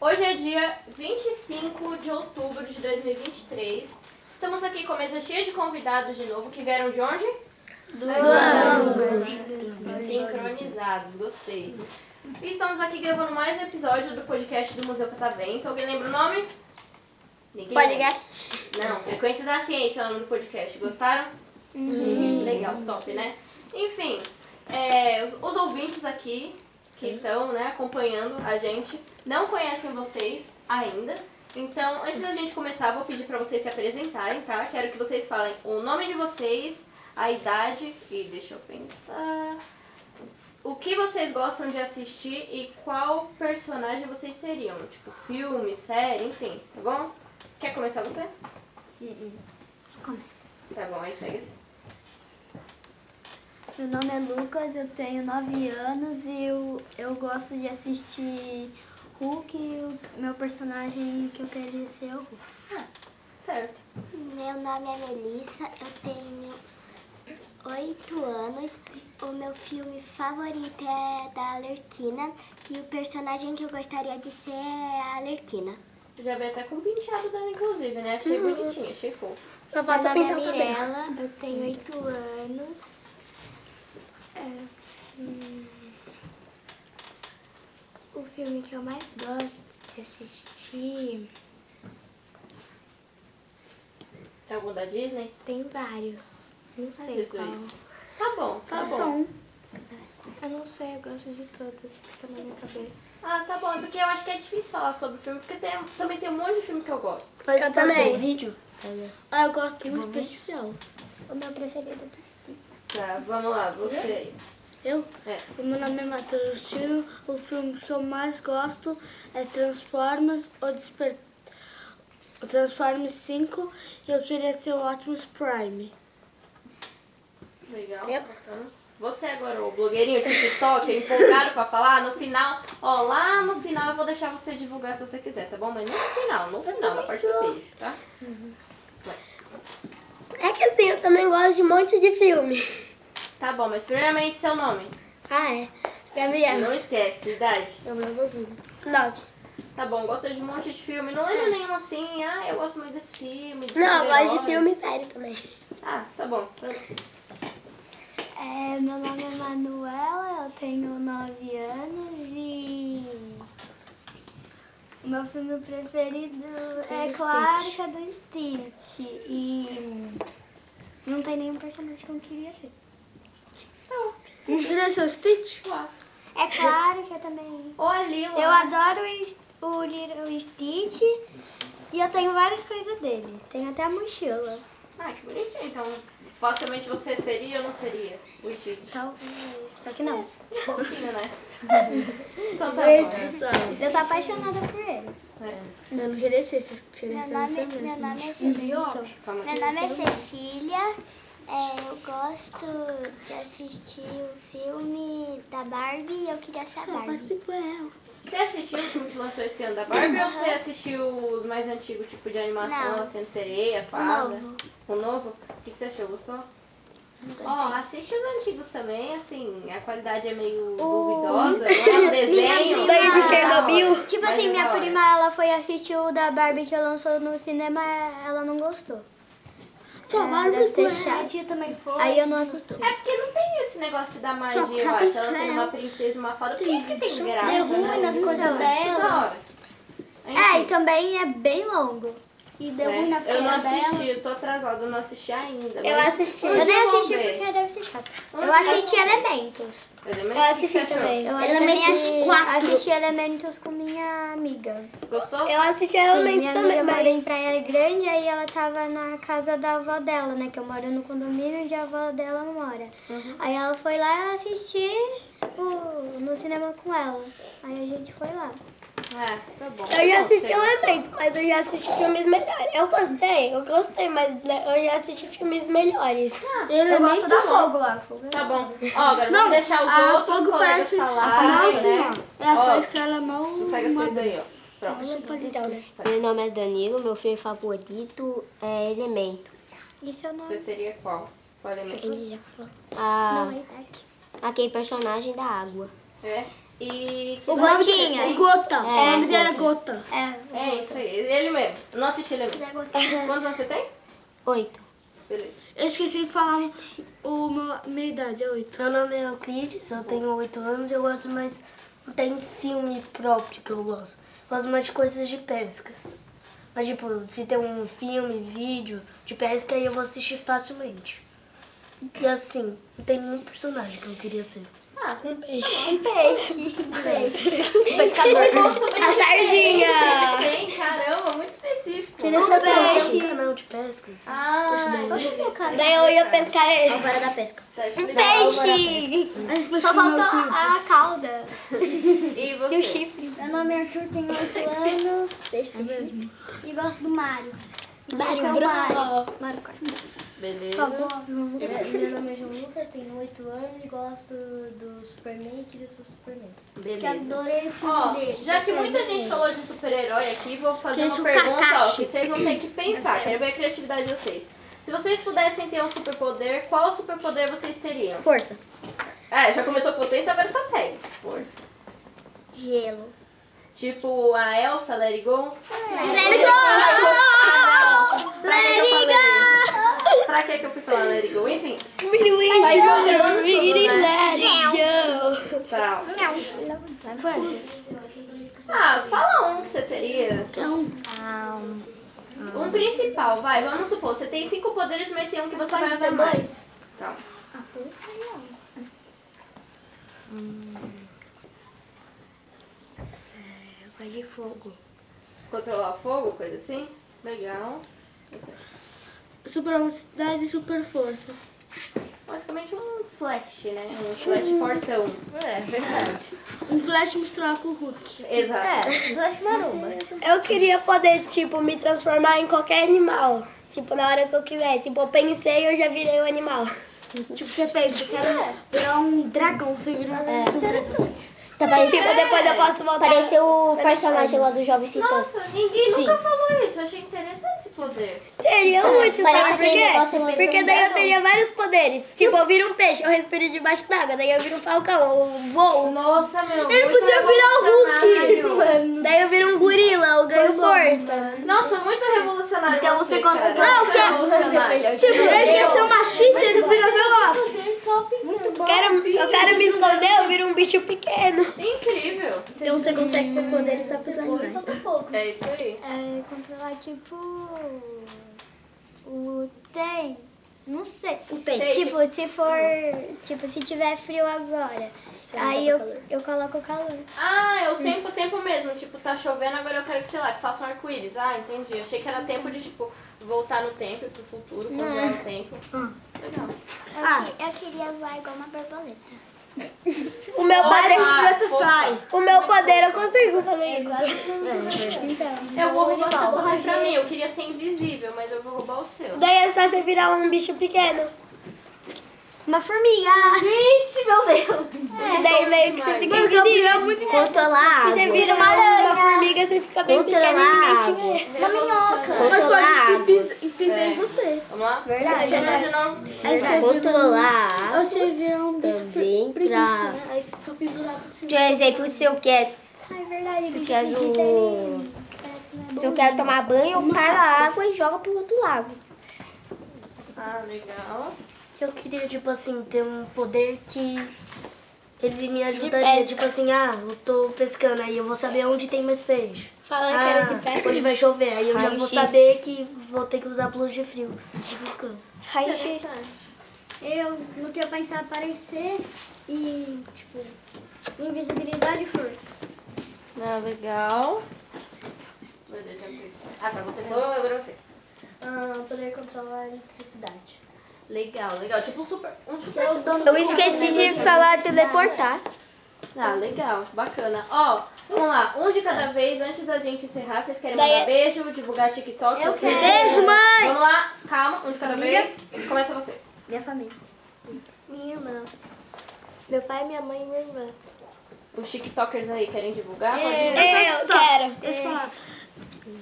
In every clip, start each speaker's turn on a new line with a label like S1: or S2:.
S1: Hoje é dia 25 de outubro de 2023. Estamos aqui com a mesa cheia de convidados de novo que vieram de onde? Sincronizados, gostei. E estamos aqui gravando mais um episódio do podcast do Museu Catavento. Alguém lembra o nome? Ninguém lembra. Não, Frequência da Ciência é o nome do podcast. Gostaram? Sim. Legal, top, né? Enfim, é, os, os ouvintes aqui que estão né, acompanhando a gente não conhecem vocês ainda. Então, antes da gente começar, vou pedir para vocês se apresentarem, tá? Quero que vocês falem o nome de vocês, a idade e deixa eu pensar. O que vocês gostam de assistir e qual personagem vocês seriam? Tipo, filme, série, enfim, tá bom? Quer começar você? Tá bom, aí segue assim.
S2: Meu nome é Lucas, eu tenho 9 anos e eu, eu gosto de assistir Hulk e o meu personagem que eu queria ser é o Hulk.
S1: Certo.
S3: Meu nome é Melissa, eu tenho oito anos. O meu filme favorito é da Alerquina e o personagem que eu gostaria de ser é a Alerquina.
S1: Eu já veio até com o penteado dela, inclusive, né? Achei
S4: Uhum.
S1: bonitinho, achei fofo.
S4: Só
S3: Meu
S4: falta
S3: nome é
S4: pintar o cabelo.
S3: Mirella, eu tenho oito anos. É, hum, o filme que eu mais gosto de assistir
S1: Tem algum da Disney?
S3: tem vários. Não
S1: Ai,
S3: sei
S1: Jesus.
S3: qual.
S1: Tá bom, tá
S4: Fala
S1: bom.
S4: só um.
S3: Eu não sei, eu gosto de todos que estão na minha cabeça.
S1: Ah, tá bom. É porque eu acho que é difícil falar sobre o filme, porque tem, também tem um monte de filme que eu gosto.
S4: Eu também.
S2: Vídeo?
S4: Ah, eu gosto muito especial.
S3: O meu
S4: é
S3: preferido
S1: Tá, vamos lá, você aí.
S4: Eu?
S1: É.
S4: O meu nome é Matheus Tiro. O filme que eu mais gosto é Transformers ou Desper... Transformers 5 e eu queria ser o Optimus Prime.
S1: Legal.
S4: Eu?
S1: Bacana. Você é agora, o blogueirinho de TikTok, é empolgado pra falar, no final, ó, lá no final eu vou deixar você divulgar se você quiser, tá bom? Mas no final, no final, na parte do beijo, tá?
S4: É que assim, eu também gosto de um monte de filme.
S1: Tá bom, mas primeiramente seu nome.
S4: Ah, é? Gabriel.
S1: Não esquece, idade.
S3: É o meu vozinho.
S4: 9.
S1: Tá bom, gosta de um monte de filme. Não lembro nenhum assim, ah, eu gosto muito desse filme. desse super-herói.
S4: e série também.
S1: Ah, tá bom.
S3: É, meu nome é Manuela, eu tenho 9 anos e. O meu filme preferido é Clarca do Stitch. E. Não tem nenhum personagem que eu queria ser.
S1: tá
S4: Um queria ser o Stitch?
S1: Claro.
S3: É claro que eu também.
S1: Ô, Lila.
S3: Eu adoro o Is- o Little Stitch e eu tenho várias coisas dele. Tenho até a mochila.
S1: Ah, que bonitinho. Então, facilmente você seria ou não seria o Um Stitch?
S3: Talvez. Só que não.
S1: Fofinho, né? então tá bom.
S3: Eu sou apaixonada por ele.
S1: É.
S4: Eu não queria ser, eu queria
S3: Meu
S4: ser você
S3: nome,
S4: mesmo.
S3: meu nome é Cecília.
S1: Então, Calma
S3: Meu
S1: aqui.
S3: nome é Cecília. É, eu gosto de assistir o filme da Barbie e eu queria ser a Barbie.
S1: Você assistiu o filme que lançou esse ano da Barbie ou você assistiu os mais antigos, tipo de animação,
S3: Não.
S1: assim, sereia, fada? O novo? O que que você achou? Gostou? Ó, assiste os antigos também, assim, a qualidade é meio duvidosa, né? O desenho.
S3: Banho
S1: mas
S3: de
S1: é da hora.
S4: Chernobyl.
S3: Tipo
S1: Mas é
S3: assim, minha
S1: da hora.
S3: prima ela foi assistir o da Barbie que lançou no cinema, ela não gostou.
S4: Tá,
S3: Ela
S4: Barbie
S3: deve ter
S4: Coelho.
S3: chato. Aí eu não assisti.
S1: É porque não tem esse negócio da magia,
S4: Só
S1: eu acho. Ela sendo
S4: cabelo.
S1: uma princesa e uma fada. Por isso que tem graça, né?
S3: nas
S1: Isso
S3: coisas
S1: é
S3: dela.
S1: da hora.
S3: É, e
S1: Enfim,
S3: também é bem longo. E deu
S1: né?
S3: ruim nas
S1: Eu
S3: coisas
S1: não
S3: dela.
S1: assisti, eu tô atrasada, eu não assisti ainda.
S4: Eu
S1: mas
S4: assisti.
S1: um
S3: Eu
S1: dia
S3: nem
S1: vou
S3: assisti
S1: ver.
S3: porque deve ser chato.
S1: Um
S3: Eu
S1: dia vou
S3: assisti
S1: ver.
S3: Elementos.
S1: Elementos,
S4: Eu
S1: o que você
S4: assisti
S1: achou?
S4: também.
S3: é Eu
S4: Elementos
S3: também assisti,
S4: quatro.
S3: assisti Elementos com minha amiga.
S1: Gostou?
S4: Eu assisti
S3: Sim,
S4: realmente
S3: minha é
S4: também,
S3: amiga mora em
S4: mas...
S3: Praia Grande, aí ela tava na casa da avó dela, né? Que eu moro no condomínio onde a avó dela mora. Aí ela foi lá assistir o- no cinema com ela. Aí a gente foi lá.
S1: É, tá bom.
S4: Eu já
S1: Bom,
S4: assisti
S1: sei.
S4: Elementos, mas eu já assisti filmes melhores. Eu gostei, eu gostei, mas né, eu já assisti filmes melhores.
S3: Ah, eu gosto do fogo lá, fogo.
S1: Tá bom. Ó, agora vamos deixar os outros colegas falarem, né?
S4: É a
S1: Ó, assim.
S4: faz que ela é mal...
S1: Consegue acender aí, ó. Pronto.
S4: né?
S5: Meu nome é Danilo, meu filme favorito é Elementos.
S3: Isso é o nome.
S1: Você seria qual? Qual é elemento?
S5: já falou. A,
S3: Não, é aqui.
S5: aquele personagem da água.
S1: É. E. que
S5: O
S1: nome que
S5: Gotinha.
S1: você tem?
S4: Gota.
S5: É,
S4: o nome dela é Gota.
S3: É,
S1: É isso aí, ele mesmo. Eu Não assisti ele mesmo. Quantos anos você tem?
S5: Oito.
S1: Beleza.
S4: Eu esqueci de falar o meu, minha idade, é oito.
S6: Meu nome é Euclides, eu tenho 8 anos eu gosto mais. Não tem filme próprio que eu gosto. Eu gosto mais de coisas de pescas. Mas, tipo, se tem um filme, vídeo de pesca, aí eu vou assistir facilmente. E assim, não tem nenhum personagem que eu queria ser. Um
S1: Ah, Um
S5: Pescador.
S1: a
S4: Ah.
S1: sardinha! Tem, caramba, muito específico.
S6: Queria ser até um canal de pescas.
S1: Ah,
S5: Daí eu ia pescar ele.
S6: Para da pesca.
S1: tá explicado.
S5: Peixe!
S3: Só faltou a, a cauda.
S1: E
S4: um
S1: você?
S3: Meu nome é Arthur, tenho 8 anos. Deixa mesmo. E gosto do Mário. Esse é o Mário. Mário Kart.
S1: Beleza.
S7: Meu nome é João Lucas, tenho 8 anos e gosto do Superman e queria ser o Superman.
S3: Que
S1: Beleza.
S3: adorei o filme
S1: Ó,
S3: dele.
S1: já que muita gente falou de super-herói aqui, vou fazer
S4: Quem é
S1: uma
S4: o
S1: pergunta ó,
S4: Kakashi?
S1: que vocês vão ter que pensar. Quero ver a criatividade de vocês. Se vocês pudessem ter um superpoder, qual superpoder vocês teriam?
S6: Força.
S1: É, já começou com você, então agora só segue. Força.
S3: Gelo.
S1: Tipo a Elsa, Let It Go.
S5: Let it go!
S1: Ah, Let It Go! Pra que que eu fui falar Let It Go? Enfim. Vai jogando tudo, né? Tá. Ah, fala um que você teria. Um principal, vai. Vamos supor, você tem cinco poderes, mas tem um que você vai usar mais. Calma.
S6: Vai de fogo.
S1: Controlar o fogo, coisa assim. Legal. Isso aí.
S4: Super velocidade e super força.
S1: Basicamente um flash, né? Um flash fortão.
S4: Um flash misturado com o Hulk.
S1: Exato.
S5: Eu queria poder, tipo, me transformar em qualquer animal. Tipo, na hora que eu quiser. Tipo, eu pensei e eu já virei um animal.
S4: Tipo, você pensa,
S5: é
S4: quero virar um dragão, você vira
S6: É.
S4: um super dragão.
S5: Tá tipo, depois eu posso voltar. Pareceu o personagem lá do Jovem Citão.
S1: Nossa, ninguém nunca falou isso. Eu achei interessante esse poder.
S5: Seria
S7: Então,
S5: muito,
S7: Parece
S5: sabe por
S7: aquele
S5: quê?
S7: negócio que
S5: Porque
S7: parece um
S5: daí eu
S7: dragão.
S5: teria vários poderes. Tipo, eu viro um peixe, eu respiro debaixo d'água. Daí eu viro um falcão, eu voo.
S1: Nossa, meu.
S5: Ele
S1: muito
S5: podia virar o
S1: revolucionário.
S5: Hulk. Daí eu viro um gorila, eu ganho força.
S1: Nossa, muito revolucionário.
S2: Então você gosta
S1: cara.
S2: do-
S1: Não,
S2: Não,
S1: que
S2: que-
S1: revolucionário.
S4: Tipo, ele quer ser uma cheater, ele vira veloz.
S5: Eu
S3: um
S5: quero, eu quero me esconder, eu viro um bicho pequeno.
S1: Incrível.
S4: Tipo,
S2: Então você consegue ter poderes só pros animais.
S1: É isso aí.
S3: É, controlar tipo. O tem. Não sei.
S1: Sei, tipo,
S3: Tipo, se for. Tipo, se tiver frio agora. Aí eu, eu coloco o calor.
S1: Ah, é o tempo, tempo mesmo. Tipo, tá chovendo, agora eu quero que, sei lá, que faça um arco-íris. Ah, entendi. Achei que era tempo de, tipo, voltar no tempo e pro futuro, congelar o tempo. Legal.
S3: Eu,
S7: Ah.
S3: que- eu queria voar igual uma borboleta.
S5: O meu poder.
S1: Nossa, fofa.
S5: O meu poder eu consigo fazer isso.
S7: É.
S3: Então,
S1: Eu vou roubar seu poder pra mim. Eu queria ser invisível, mas eu vou roubar o seu.
S5: Daí é só você virar um bicho pequeno.
S3: Uma formiga! É,
S1: Gente, meu Deus.
S5: Daí meio que você fica invisível.
S7: Controlar
S5: Se você vira uma aranha, uma formiga, você fica bem pequena e ninguém te vê.
S1: Uma minhoca.
S4: Mas pode se pis- pisar
S6: É.
S4: em você.
S1: é. Vamos lá?
S7: Verdade.
S1: Você não, não.
S5: É
S6: Ah,
S7: Controlar.
S4: Ou você vira um bicho
S7: Também
S4: preguiça,
S7: pra.
S4: né? Aí você fica pendurado assim.
S6: Tipo,
S7: Por exemplo, se eu quero.
S3: É verdade,
S7: Se eu
S3: bicho,
S7: quero.
S5: Se eu quero é tomar banho, eu paro a água e jogo pro outro lago.
S1: Ah, legal.
S6: Eu queria, tipo assim, ter um poder que ele me ajudaria. Tipo assim, ah, eu tô pescando, aí eu vou saber onde tem mais peixe.
S5: Falando que era de
S6: Ah,
S5: pesca.
S6: hoje vai chover, aí eu já
S5: Raio
S6: vou
S5: X.
S6: saber que vou ter que usar blusa de frio. Essas coisas.
S5: Raio X.
S3: Eu, no que eu pensar, aparecer e, tipo, invisibilidade e força.
S1: Ah, legal. Meu Deus, já fui. Ah, tá. Você falou, agora você.
S7: ah, poder controlar a eletricidade.
S1: Legal, legal. Tipo um super. Um
S3: Se
S1: super.
S3: eu dono
S5: Eu esqueci de falar teleportar. Tá.
S1: Ah, legal, bacana. Ó, vamos lá, um de cada vez, antes da gente encerrar, vocês querem
S5: Daí- é-
S1: mandar beijo, divulgar TikTok?
S3: Eu quero.
S1: Beijo, mãe! Vamos lá, calma, um de cada vez. Começa você.
S6: Minha família.
S3: Minha irmã.
S5: Meu pai, minha mãe e minha irmã.
S1: os TikTokers aí querem divulgar?
S5: É.
S1: Pode
S4: Eu,
S1: divulgar.
S5: Eu quero.
S4: Deixa
S6: É.
S4: eu falar.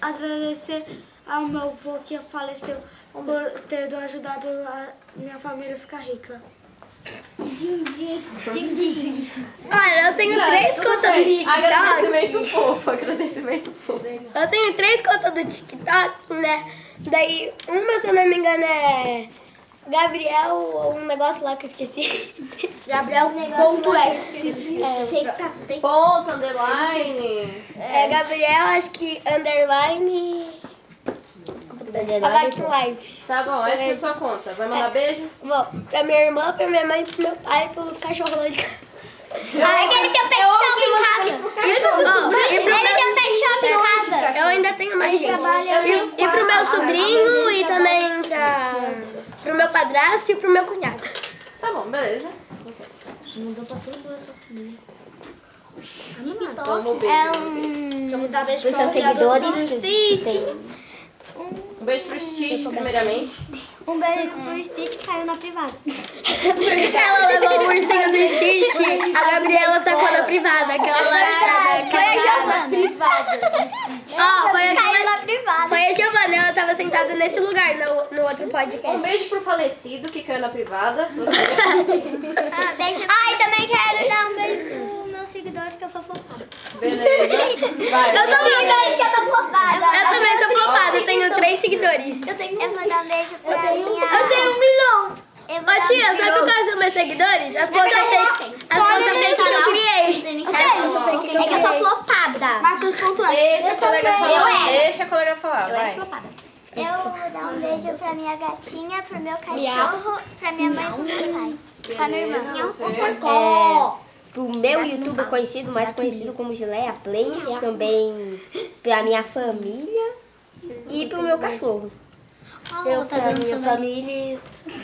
S4: Agradecer ao meu avô que faleceu por ter ajudado a minha família a ficar rica.
S5: Olha, eu tenho três
S1: Tudo
S5: contas do
S1: bem.
S5: TikTok.
S1: Agradecimento fofo, agradecimento fofo.
S5: Eu tenho três contas do TikTok, né? Daí, uma, se eu não me engano, é Gabriel ou um negócio lá que eu esqueci.
S6: Gabriel, ponto S.
S1: Ponto, underline.
S5: É, Gabriel, acho que underline. Abac Life.
S1: Tá bom, essa é a sua conta. Vai
S5: É.
S1: mandar beijo?
S5: Bom, pra minha irmã, pra minha mãe, pro meu pai, pros cachorros lá de casa. Ah, aquele que eu pet shop em casa. E pro, bom, e pro meu, pet shop em casa. Eu ainda tenho mais gente. E, e pro meu sobrinho e também pra, pro meu padrasto e pro meu cunhado.
S1: Tá bom, beleza.
S6: né,
S1: Você mandou pra todo mundo, sua família.
S7: então,
S1: Toma um
S3: É
S6: Deixa
S1: beijo.
S5: É
S6: eu mandar beijo pra
S7: seus seguidores
S6: Adriano
S7: que-
S6: Stitch.
S1: Um beijo pro Stitch, primeiramente.
S3: Um beijo pro Stitch caiu na privada.
S5: Ela levou o ursinho do Stitch, a Gabriela tacou na privada. Aquela lá que
S3: Foi a
S5: tava
S3: Giovana.
S5: Ó, foi a
S3: Caiu
S5: Giovana.
S3: na privada.
S5: Foi a Giovana, ela tava sentada nesse lugar no, no outro podcast.
S1: Um beijo pro falecido que caiu na privada.
S3: Ah, beijo. Ai, também quero dar um beijo pros meus seguidores que eu sou flopada.
S1: Beleza. Vai.
S3: Eu sou seguidores que eu sou flopada.
S5: Eu também tô flopada, eu tenho três seguidores.
S3: Eu tenho que mandar um beijo pra minha...
S5: Eu tenho um milhão.
S3: Eu vou
S5: Ô
S3: dar um
S5: tia, sabe
S3: beijo.
S5: quais são meus seguidores? As contas
S3: verdade,
S5: fake,
S3: ontem.
S5: as contas fake que eu criei.
S3: Eu tenho. É que eu sou flopada.
S1: Deixa a colega falar.
S3: Eu é era.
S1: Deixa a colega falar. Vai.
S3: Eu vou dar um beijo pra minha gatinha, pro meu cachorro, pra minha mãe e pro meu pai. Pra minha irmã.
S1: Você.
S7: Pro meu youtuber conhecido, mais conhecido como Gileia Play, também pra minha família e pro meu cachorro.
S6: Eu, pra minha família,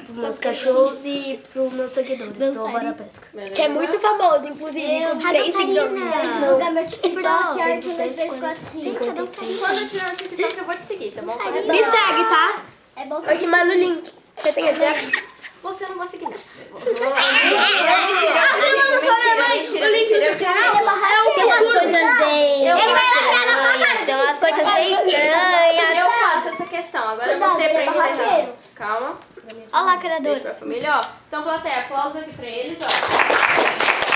S6: pros meus cachorros e pros meus seguidores do Vara Pesca.
S1: Beleza.
S5: Que é muito famoso, inclusive, com três seguidores.
S3: Lugar meu TikTok. Gente, eu não sei.
S1: Quando eu tirar o TikTok, eu vou te seguir, tá bom? Pode
S5: Me segue, tá?
S3: É bom
S5: Eu te mando o link. Você tem até.
S1: Você eu não vou seguir, não. Ah, você manda pra minha mãe o link do seu
S7: Tem umas coisas bem.
S1: Ele vai
S7: Tem umas coisas bem estranhas.
S1: Eu faço essa questão. Agora você pra encerrar. Calma.
S3: Olá,
S1: Beijo
S3: criador.
S1: pra família, ó. Então, plateia, aplausos aqui pra eles, ó.